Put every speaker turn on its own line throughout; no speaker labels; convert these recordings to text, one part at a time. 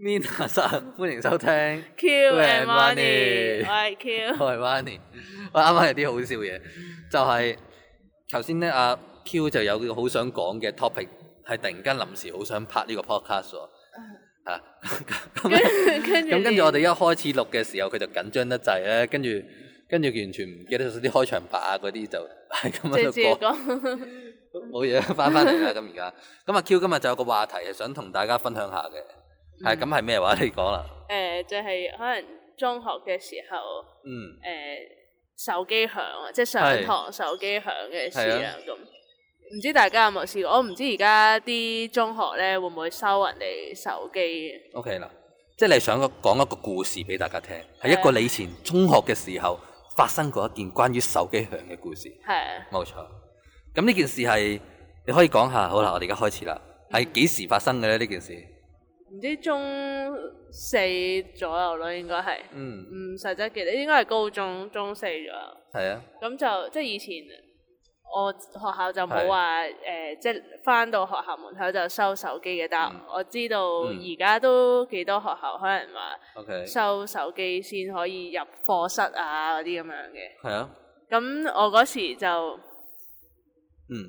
Mina 生，啊歡迎收聽，
Q
and
and
Money
Money，我係
我
Q，
係 Vani。我啱啱有啲好笑嘢，就係頭先咧，阿 Q 就有個好想講嘅 topic，係突然間臨時好想拍呢個 podcast 喎。啊，咁
跟住
咁跟住我哋一開始錄嘅時候，佢就緊張得滯咧，跟住跟住完全唔記得咗啲開場白啊嗰啲就 係咁
直
喺度
接
講。
講，
冇嘢，翻翻嚟啦。咁而家，咁阿 Q 今日就有個話題係想同大家分享下嘅，係咁係咩話？你講啦。
誒呃就係可能中學嘅時候，
嗯，
誒手機響啊，即係上堂手機響嘅事啊
係
啦咁。唔知大家有冇試過？我唔知而家啲中學咧會唔會收人哋手機嘅？
OK 啦，即係你想講一個故事俾大家聽，係一啊個你以前中學嘅時候發生過一件關於手機響嘅故事。
係啊，
冇錯。咁呢件事係你可以講下，好啦，我哋而家開始啦。係幾時發生嘅咧？呢件事？
唔知中四左右咯，應該係
嗯，
唔實質記得，應該係高中中四左右。
係啊，
咁就即係以前我學校就冇話誒，即係翻到學校門口就收手機嘅。但係
嗯
我知道
嗯
而家都幾多學校可能話
OK，
收手機先可以入課室啊嗰啲咁樣嘅。
係啊，
咁我嗰時就
嗯，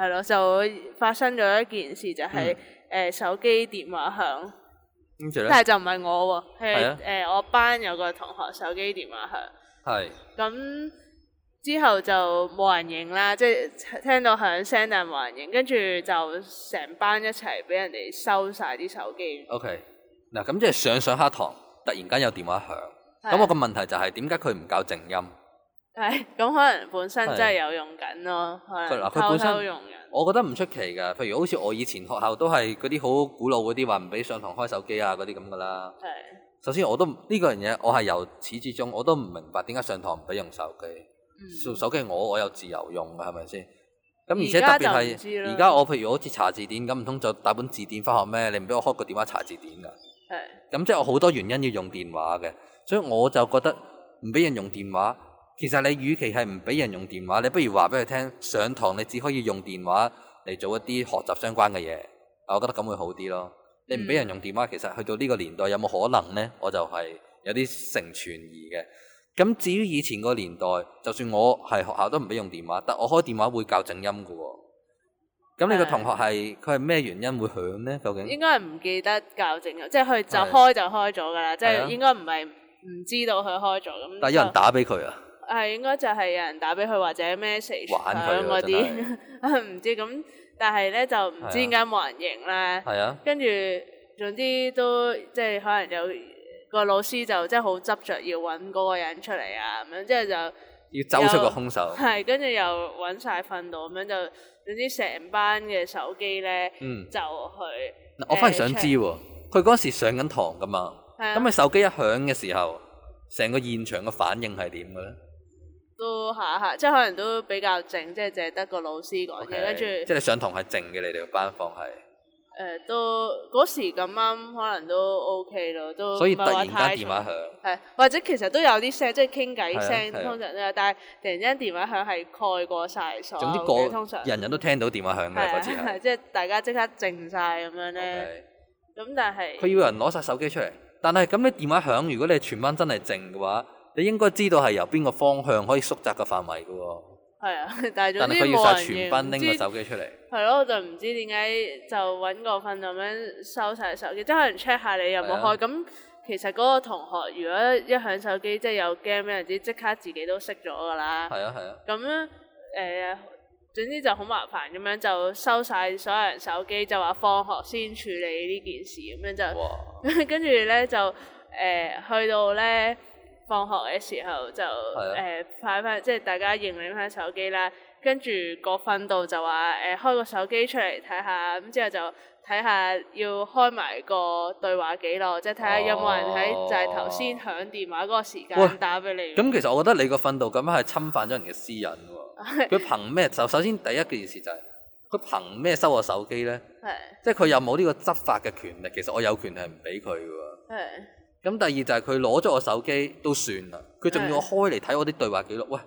係咯，就發生咗一件事，就係、
嗯
誒、手機電話響，
跟住咧，
但係就唔係我喎，
啊係
係
啊
誒我班有個同學手機電話響。
係
咁之後就冇人應啦，即係聽到響聲但係冇人應，跟住就成班一齊俾人哋收晒啲手機。
OK。嗱，咁即係上上下堂，突然間有電話響。
係
咁我個問題就係點解佢唔搞靜音？
係咁，可能本身
係
真係有用緊咯，可
佢嗱
能
佢本
偷
身
偷用緊。
我覺得唔出奇㗎。譬如好似我以前學校都係嗰啲好古老嗰啲話唔俾上堂開手機啊嗰啲咁㗎啦。
係
首先我都唔呢個樣嘢，我係由始至終我都唔明白點解上堂唔俾用手機。手
嗯
手機我我有自由用㗎，係咪先？咁而且
而
特
家
別
就唔知
係
啦
而家我譬如好似查字典咁，唔通就打本字典翻學咩？你唔俾我開個電話查字典㗎？
係
咁即係我好多原因要用電話嘅，所以我就覺得唔俾人用電話，其實你與其係唔俾人用電話，你不如話俾佢聽，上堂你只可以用電話嚟做一啲學習相關嘅嘢，我覺得咁會好啲咯。你唔俾人用電話，其實去到呢個年代有冇可能呢？我就係有啲成存疑嘅。咁至於以前個年代，就算我係學校都唔俾用電話，但我開電話會校靜音嘅喎。咁你個
係
同學係佢係咩原因會響呢？究竟
應該係唔記得校正咗，即係佢就
係
開就開咗㗎啦，即
係啊
係應該唔係唔知道佢開咗咁。
但有人
就
打俾佢啊？
係應該就係有人打俾佢或者 message
玩佢
響
咯
嗰
真啊
啲， 唔知咁，但係咧就唔知點解冇人應啦。
係啊。
跟住總之都即係可能有個老師就即係好執着要揾嗰個人出嚟啊咁樣，即係
要揪出個兇手
就。 係跟住又揾晒訓導咁樣就總之成班嘅手機咧
嗯
就，去
嗱我反而想知喎，佢嗰時上緊堂噶嘛，
係
咁
啊
佢手機一響嘅時候，成個現場嘅反應係點嘅咧？
都下下即係可能都比較靜，即係淨係得個老師講
OK，
嘢，哦跟住
即係你上堂係靜嘅，你哋個班房係，
誒都嗰時咁啱可能都 OK 咯，都
所以
哦唔
突
係話
然間
太
電話
嘈
響，
係，或者其實都有啲聲，即係
係
傾偈
啊
聲，
係啊
通常都有，但係突然間電話響係蓋過晒所有
總之
嘅，通常
個人人都聽到電話響嘅
係
嗰
啊
次
係啊，
係。
即係大家即刻靜晒咁樣咧。
OK，
咁但係
佢要人攞晒手機出嚟，但係咁你電話響，如果你全班真係靜嘅話，你應該知道係由邊個方向可以縮窄個範圍嘅喎，
係啊， 但係
但
總
係
之
佢要晒
冇
全
人
班拎
認
個
知
手機出嚟。
係咯，我就唔知點解就揾個瞓咁樣收晒手機，即係可能 check 下你有冇
係啊
開。咁其實嗰個同學如果一響手機，即係有 game 俾人知，即刻自己都熄咗㗎啦。
係啊係啊，
咁誒、呃，總之就好麻煩咁樣，就收晒所有人手機，就話放學先處理呢件事咁樣就，
哇！
跟住咧就誒、呃去到咧放學嘅時候就
啊
誒、呃快翻，即係大家認領翻手機啦。跟住個訓導就話誒、呃、開個手機出嚟睇下，咁之後就睇下要開埋個對話記錄，即係睇下有冇人喺、
哦
就係頭先響電話嗰個時
喂
間打俾你。
咁其實我覺得你個訓導咁樣係侵犯咗人嘅私隱喎。佢憑咩？就首先第一件事就係、佢憑咩收我手機呢？
係
即係佢有冇呢個執法嘅權力？其實我有權係唔俾佢嘅喎。
係。
咁第二就係佢攞咗我手機都算啦，佢仲要我開嚟睇我啲對話記錄。喂，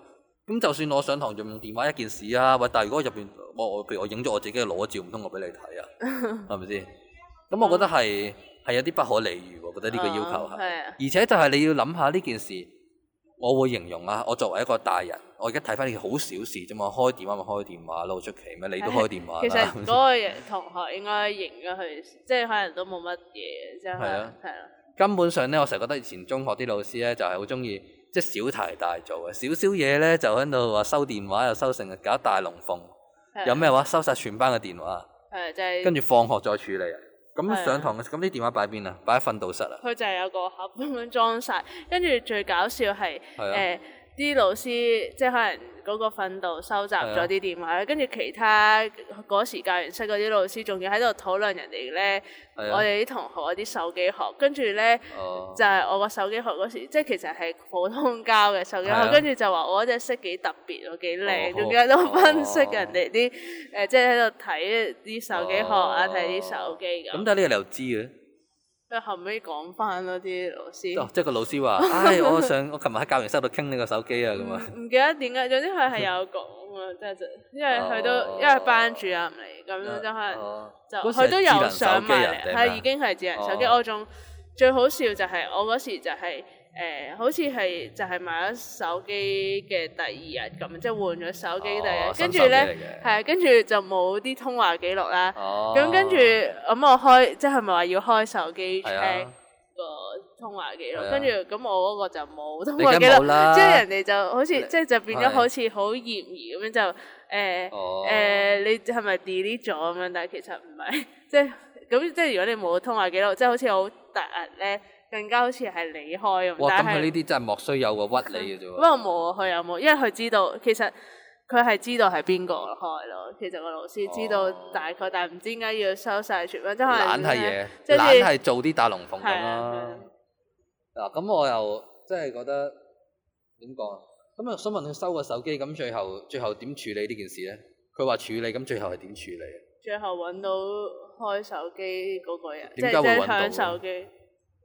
咁就算我上堂用電話一件事啊，喂，但係如果入邊我我譬如我影咗我自己嘅裸照，唔通我俾你睇啊？係咪先？咁我覺得係係係有啲不可理喻喎，我覺得呢個要求係。
係啊，
而且就係你要諗下呢件事，我會形容啊，我作為一個大人，我而家睇翻你好小事啫嘛，開電話咪開電話咯，出奇咩？你都開電話
其實
啦，
嗰個人同學應該贏咗佢，即係可能都冇乜嘢，即係可
係
能
啊
係啦，
根本上咧，我成日覺得以前中學啲老師咧就係好中意即係小題大做嘅，少少嘢咧就喺度話收電話又收成，搞大龍鳳。
係啊
有咩話收晒全班嘅電話，
係啊就係
跟住放學再處理啊。
係啊
咁上堂嘅時咁啲電話擺邊啊？擺喺訓導室啊。
佢就係有個盒咁樣裝晒，跟住最搞笑係
係啊，
誒啲老師即係可能嗰個訓導收集
係啊
咗啲電話，跟住其他嗰時教員室嗰啲老師仲要喺度討論人哋咧，
係
我
啊。
哋啲同學嗰啲手機殼，跟住咧。
哦
就係我個手機殼嗰時，即係其實係普通膠嘅手機
係啊
殼，跟住就話我嗰隻色幾特別喎，幾
哦
靚，仲要喺度分析
哦
人哋啲誒，即係喺度睇啲手機殼啊，
哦
睇啲手機
咁
咁。
但係呢個你又知嘅。
佢後尾講翻咯，啲老師
哦，即係個老 師話：，唉，我上我琴日喺教員室度傾呢個手機啊，咁啊，
唔記得點解，總之佢係有講啊，即係就因為佢
哦
都因為班主任嚟，咁樣就可能。
哦
就
嗰時
佢都有
係智
上
能手機啊
埋嚟，
定
係
咩
已經係智能手機。
哦
我仲最好笑就係我嗰時就係、誒、好似係就係買咗手機嘅第二日咁，即係換咗手機第二
哦
日，跟住
新手機
咧
嚟嘅
係啊跟住就冇啲通話記錄啦。
哦，
咁跟住咁我開即係咪話要開手機
係
check
啊，
個通話記
係
錄？
啊
跟住咁我嗰個就冇通
你
話
梗
記
冇
錄，
啦，
即係人哋就好似
你
即係就變咗
係
好似好嫌疑咁樣就誒。呃
哦
誒、你係咪 delete 咗咁樣？但係其實唔係， 即係咁即係如果你冇通話記錄，即係好似好突兀咧，更加好似係你開咁。
哇，咁啊
但
佢呢
係
啲真係莫須有喎，屈你嘅啫
不
喎。
過冇啊，佢有冇？因為佢知道其實佢係知道係邊個開咯。其實個老師知道
哦
大概，但係唔知點解要收晒全啊部，即係可能
懶係嘢，
即係好似
懶係做啲大龍鳳咁
係啊
啦。嗱，咁我又即係覺得點講啊？咁啊，想問佢收個手機，咁最後最後點處理呢件事咧？佢話處理，咁最後係點處理啊？
最後揾到開手機嗰個人，即
點
係
解
即
會揾
係
到
響
嘅
手機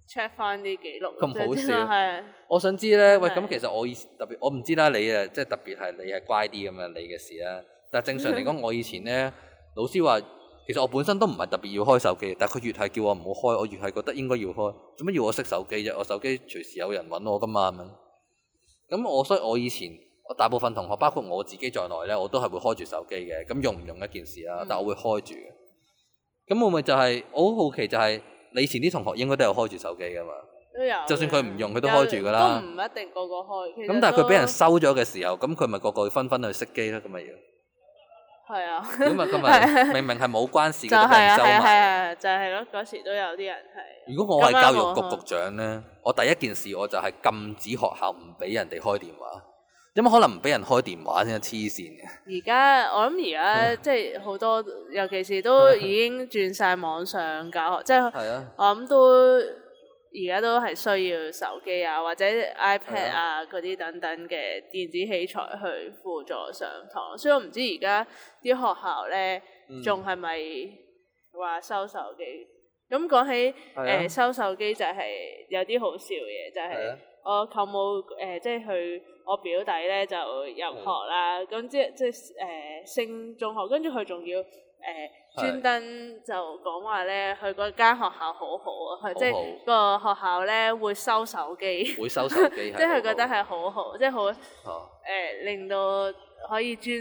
check 翻啲記錄。
咁好
即係
笑
係啊
我想知咧，喂，
係
咁其實我以特別，我唔知啦，你啊，即係特別係你係乖啲咁啊，你嘅事啦。但係正常嚟
嗯
講，我以前咧，老師話，其實我本身都唔係特別要開手機，但係佢越係叫我唔好開，我越係覺得應該要開。做乜要我熄手機啫？我手機隨時有人揾我噶嘛，咁樣。咁我所以我以前，我大部分同學，包括我自己在內咧，我都係會開住手機嘅。咁用唔用一件事啦
嗯，
但我會開住嘅。咁會唔會就係、我好好奇就係、你以前啲同學應該都有開住手機噶嘛？
都有嘅。
就算佢唔用佢都開住㗎啦
都唔一定個個開。其實
咁但係佢俾人
都
收咗嘅時候，咁佢咪個個紛紛去熄機啦，咁咪 要，
係啊，
咁咪咁
係
咪明明係冇關事嘅
就
都俾
係
人
啊，
收
係啊，係
埋。
啊，就係咯，嗰時都有啲人係。
如果我係
咁啱
教
喎
育局局長咧，我第一件事我就係禁止學校唔俾人哋開電話，有冇可能唔俾人開電話先啊？黐線嘅，
而家我諗
嗯
而家即係好多，尤其是 都已經轉晒網上教學，即係
係啊，
我諗都而家都係需要手機啊，或者 iPad 啊嗰啲等等嘅電子器材去輔助上堂。所以我唔知而家啲學校咧
嗯
仲係咪話收手機？咁講起誒、
係啊
呃收手機就係有啲好笑嘅，就係、
係啊，
我舅母誒、呃即係佢我表弟咧就入學啦，
嗯
咁即即誒、呃升中學，跟住佢仲要誒、呃、
係
專登就講話咧，佢嗰間學校好好啊，佢即係個學校咧會收手機， 即
會收手機係。
係佢覺得係好好，即係好誒呃
哦，
令到可以專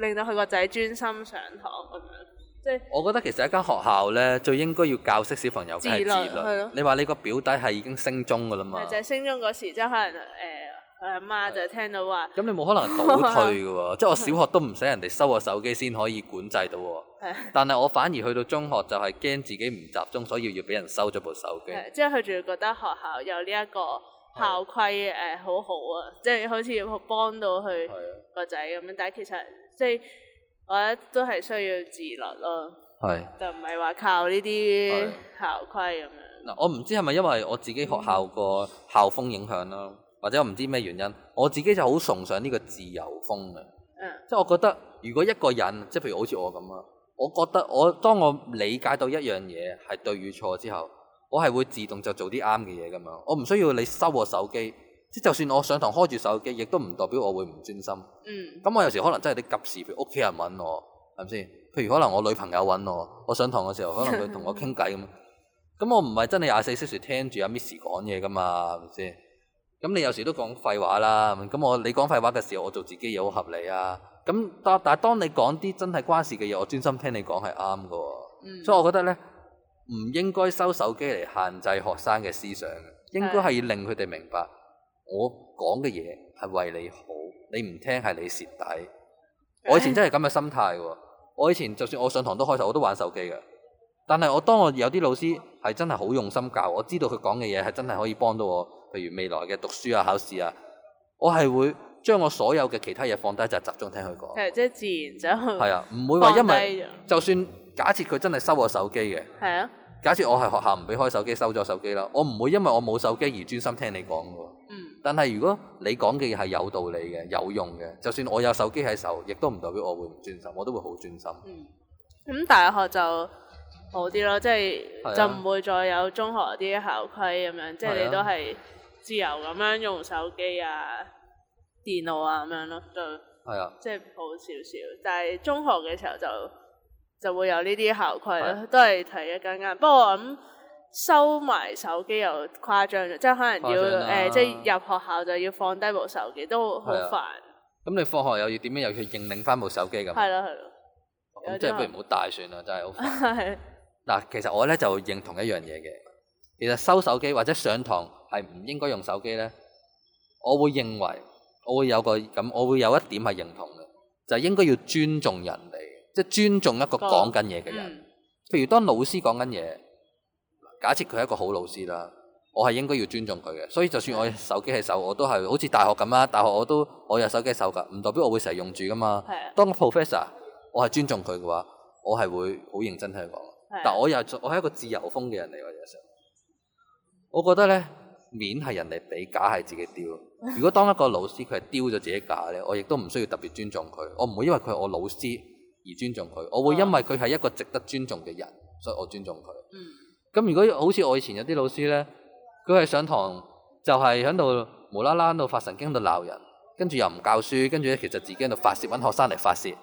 令到佢個仔專心上堂咁樣，即係
我覺得其實一間學校咧，最應該要教識小朋友嘅係
自律係
自
咯
律。你話你個表弟係已經升中㗎啦嘛
係，就係升中嗰時，即係可能誒呃佢阿媽就聽到話
咁你冇可能倒退㗎喎，即係我小學都唔使人哋收我手機先可以管制到喎。
係。
但係我反而去到中學就係驚自己唔集中，所以要俾人收咗部手機。
係，即係佢仲要覺得學校有呢一個校規誒、呃好好啊，即係好似幫到佢
係啊，
個仔咁樣。但係其實即係我覺得都係需要自律咯，
係啊
就唔係話靠呢啲
係
校規咁樣。
嗱，我唔知係咪因為我自己學校個校風影響啦，或者我唔知咩原因，我自己就好崇尚呢個自由風嘅，
嗯，
即係我覺得如果一個人，即係譬如好似我咁啊，我覺得我當我理解到一樣嘢係對與錯之後，我係會自動就做啲啱嘅嘢噶嘛，我唔需要你收我手機，即係就算我上堂開住手機，亦都唔代表我會唔專心。
嗯，
咁我有時可能真係啲急事，譬如屋企人揾我，係咪先？譬如可能我女朋友揾我，我上堂嘅時候可能佢同我傾偈咁，咁我唔係真係廿四小時聽住阿 Miss 講嘢噶嘛，係咪先？咁你有時都講廢話啦，咁我你講廢話嘅時候，我做自己嘢好合理啊。咁但但係當你講啲真係關事嘅嘢，我專心聽你講係啱噶喎。
嗯，
所以我覺得咧，唔應該收手機嚟限制學生嘅思想嘅，應該係令佢哋明白，我講嘅嘢係為你好，你唔聽係你蝕底。我以前真係咁嘅心態喎，我以前就算我上堂都開手，我都玩手機嘅。但係我當我有啲老師係真係好用心教我，我知道佢講嘅嘢係真係可以幫到我，譬如未來嘅讀書啊、考試啊，我係會將我所有嘅其他嘢放低，就係集中聽佢講。
係即係自然就
係啊，唔會話
放
因
低
為。
咗，
就算假設佢真係收我手機嘅，
係啊，
假設我係學校唔俾開手機，收咗手機啦，我唔會因為我冇手機而專心聽你講嘅喎。
嗯，
但係如果你講嘅嘢係有道理嘅、有用嘅，就算我有手機喺手，亦都唔代表我會唔專心，我都會好專心。
嗯，咁大學就好啲咯，即
係啊
係就唔會再有中學啲校規咁樣，即
係啊
係你都係自由咁樣用手機啊、電腦啊咁樣咯，就
係啊，
即係好少少。但係中學嘅時候就就會有呢啲校規
係
咯，都係睇一間間。不過我諗收埋手機又誇張咗，即係可能要
誇張
誒、
啦
即係入學校就要放低部手機，都好
係啊
煩。
咁你放學又要點樣又去認領翻部手機咁？
係咯係咯
咁即係不如唔好帶算啦，真係好煩。
係，
嗱，其實我咧就認同一樣嘢嘅，其實收手機或者上堂係唔應該用手機咧，我會認為我會有個咁，我會有一點係認同嘅，就係、應該要尊重人哋，即係尊重一個講緊嘢嘅人。
嗯
譬如當老師講緊嘢，假設佢係一個好老師啦，我係應該要尊重佢嘅。所以就算我手機喺手，我都係好似大學咁啦。大學我都我有手機喺手㗎，唔代表我會成日用住㗎嘛。
係啊
當個 professor，我係尊重佢嘅話，我係會好認真聽佢講。
係啊
但我又我係一個自由風嘅人嚟喎，有時候我覺得咧，面係人哋俾，假係自己 丟。如果當一個老師佢係丟咗自己假咧，我亦都唔需要特別尊重佢，我唔會因為佢係我老師而尊重佢，我會因為佢係一個值得尊重嘅人，所以我尊重佢。
嗯
咁如果好似我以前有啲老師咧，佢係上堂就係喺度無啦啦喺度發神經喺度鬧人，跟住又唔教書，跟住咧其實自己喺度發泄，揾學生嚟發泄。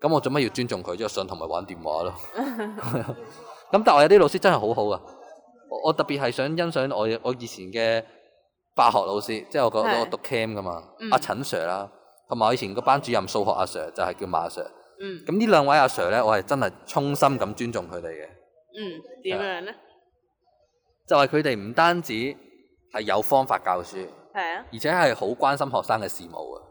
咁我做乜要尊重佢啫？我上堂咪玩電話咯。 咁但係我有啲老師真係好好啊！我我特別係想欣賞我我以前嘅化學老師，即係我個
係
我讀 cam 噶嘛，
嗯
阿陳 Sir 啦，同埋我以前個班主任數學阿 Sir 就係叫馬 Sir。
嗯
咁呢兩位阿 Sir 咧，我係真係衷心咁尊重佢哋嘅。
嗯，點樣咧？
就係佢哋唔單止係有方法教書，
係啊，
而且係好關心學生嘅事務啊。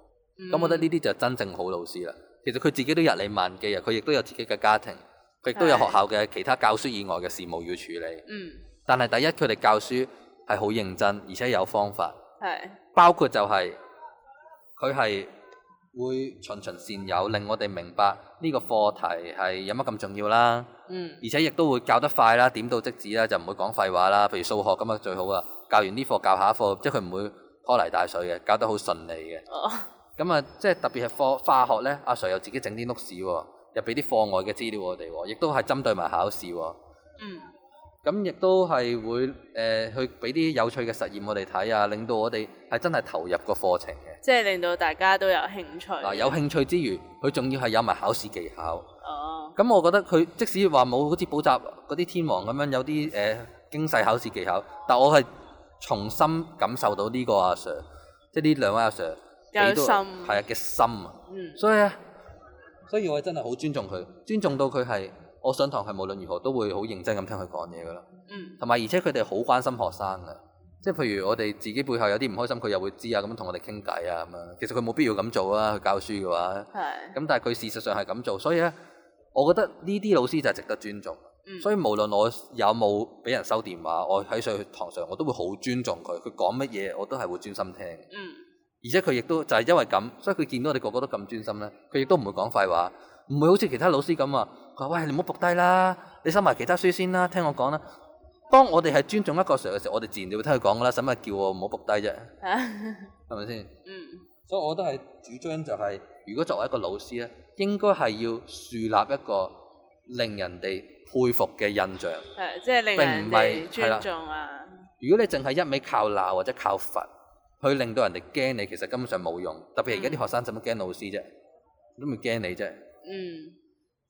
咁、我覺得
呢
呢啲就真正好老師啦。其實佢自己都日理萬機啊，佢亦都有自己嘅家庭，佢亦都有
係
學校嘅其他教書以外嘅事務要處理。
嗯
但係第一，佢哋教書係好認真，而且有方法，
係
包括就係佢係會循循善誘，令我哋明白呢個課題係有乜咁重要啦。
嗯
而且亦都會教得快啦，點到即止啦，就唔會講廢話啦。譬如數學咁啊，最好啊，教完呢課教下一課，即係佢唔會拖泥帶水嘅，教得好順利嘅。
哦
咁啊，即係特別係課化學咧，阿 Sir 又自己整啲 notes 喎，又俾啲課外嘅資料我哋喎，亦都係針對埋考試喎。
嗯
咁亦都係會誒、呃去俾啲有趣嘅實驗我哋睇啊，令到我哋係真係投入個課程嘅。
即係令到大家都有興趣。
嗱，有興趣之餘，佢仲要係有埋考試技巧。
哦，
咁我覺得佢即使話冇好似補習嗰啲天王咁樣有啲誒、呃、經濟考試技巧，但我係從心感受到呢個阿 Sir，即係呢兩位阿 Sir
有
俾到
心
係啊嘅心啊，
嗯
所以啊，所以我真係好尊重佢，尊重到佢係我上堂係無論如何都會好認真咁聽佢講嘢噶啦，
嗯
同埋而且佢哋好關心學生嘅，即係譬如我哋自己背後有啲唔開心，佢又會知啊，咁同我哋傾偈啊咁樣，其實佢冇必要咁做啊，佢教書嘅話。
係
咁但係佢事實上係咁做，所以咧，我覺得呢啲老師就係值得尊重。
嗯
所以無論我有冇俾人收電話，我喺上堂上我都會好尊重佢，佢講乜嘢我都係會專心聽。
嗯
而且佢亦都就係因為咁，所以佢見到我哋個個都咁專心咧，佢亦都唔會講廢話，唔會好似其他老師咁啊。佢話：喂，你唔好仆低啦，你收埋其他書先啦，聽我講啦。當我哋係尊重一個 Sir 嘅時候，我哋自然就會聽佢講噶啦，使乜叫我唔好仆低啫？
係
係咪先？
嗯
所以我都係主張就係、如果作為一個老師咧，應該係要樹立一個令人哋佩服嘅印象。
係即係令
並
人
唔係
哋
係啦
尊重啊。
如果你淨係一味靠鬧或者靠罰，去令到人哋驚你，其實根本上冇用。特別係而家啲學生使乜驚老師啫？都咪驚你啫，係
嗯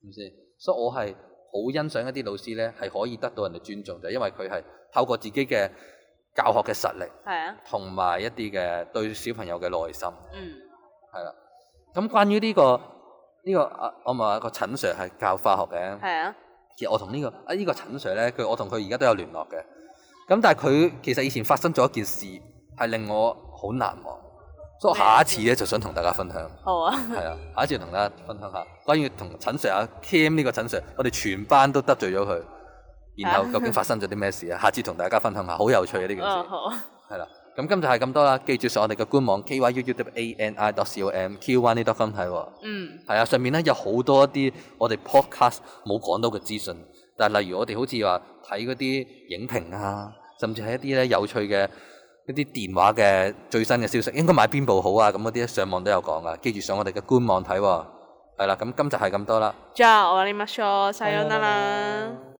咪先？所以我係好欣賞一啲老師咧，係可以得到人哋尊重，就係因為佢係透過自己嘅教學嘅實力，
係啊，
同埋一啲嘅對小朋友嘅耐心，
嗯，
係啦。咁關於呢、個呢、個啊，我咪話個陳 Sir 係教化學嘅，
係啊，
其實我同呢、個啊呢、個陳 Sir 咧，佢我同佢而家都有聯絡嘅。咁但係佢其實以前發生咗一件事，係令我好難忘，所以我下一次咧就想同大家分享。
好啊，
係啊，下一次同大家分享下關於同陳 Sir 啊 Cam 呢個陳 Sir，我哋全班都得罪咗佢，然後究竟發生咗啲咩事啊？下次同大家分享下，好有趣嘅呢件事。
哦好啊，
係啦，咁今集係咁多啦，記住上我哋嘅官網 k y u u a n i dot c o m q one 呢 dot com 睇喎。
嗯，
係啊，上面咧有好多一啲我哋 podcast 冇講到嘅資訊，但係例如我哋好似話睇嗰啲影評啊，甚至係一啲咧有趣嘅一啲電話嘅最新嘅消息，應該買邊部好啊咁嗰啲，上網都有講噶，記住上我哋嘅官網睇喎、係啦，咁今集係咁多啦。
啊じゃあ終わりましょう。さようなら。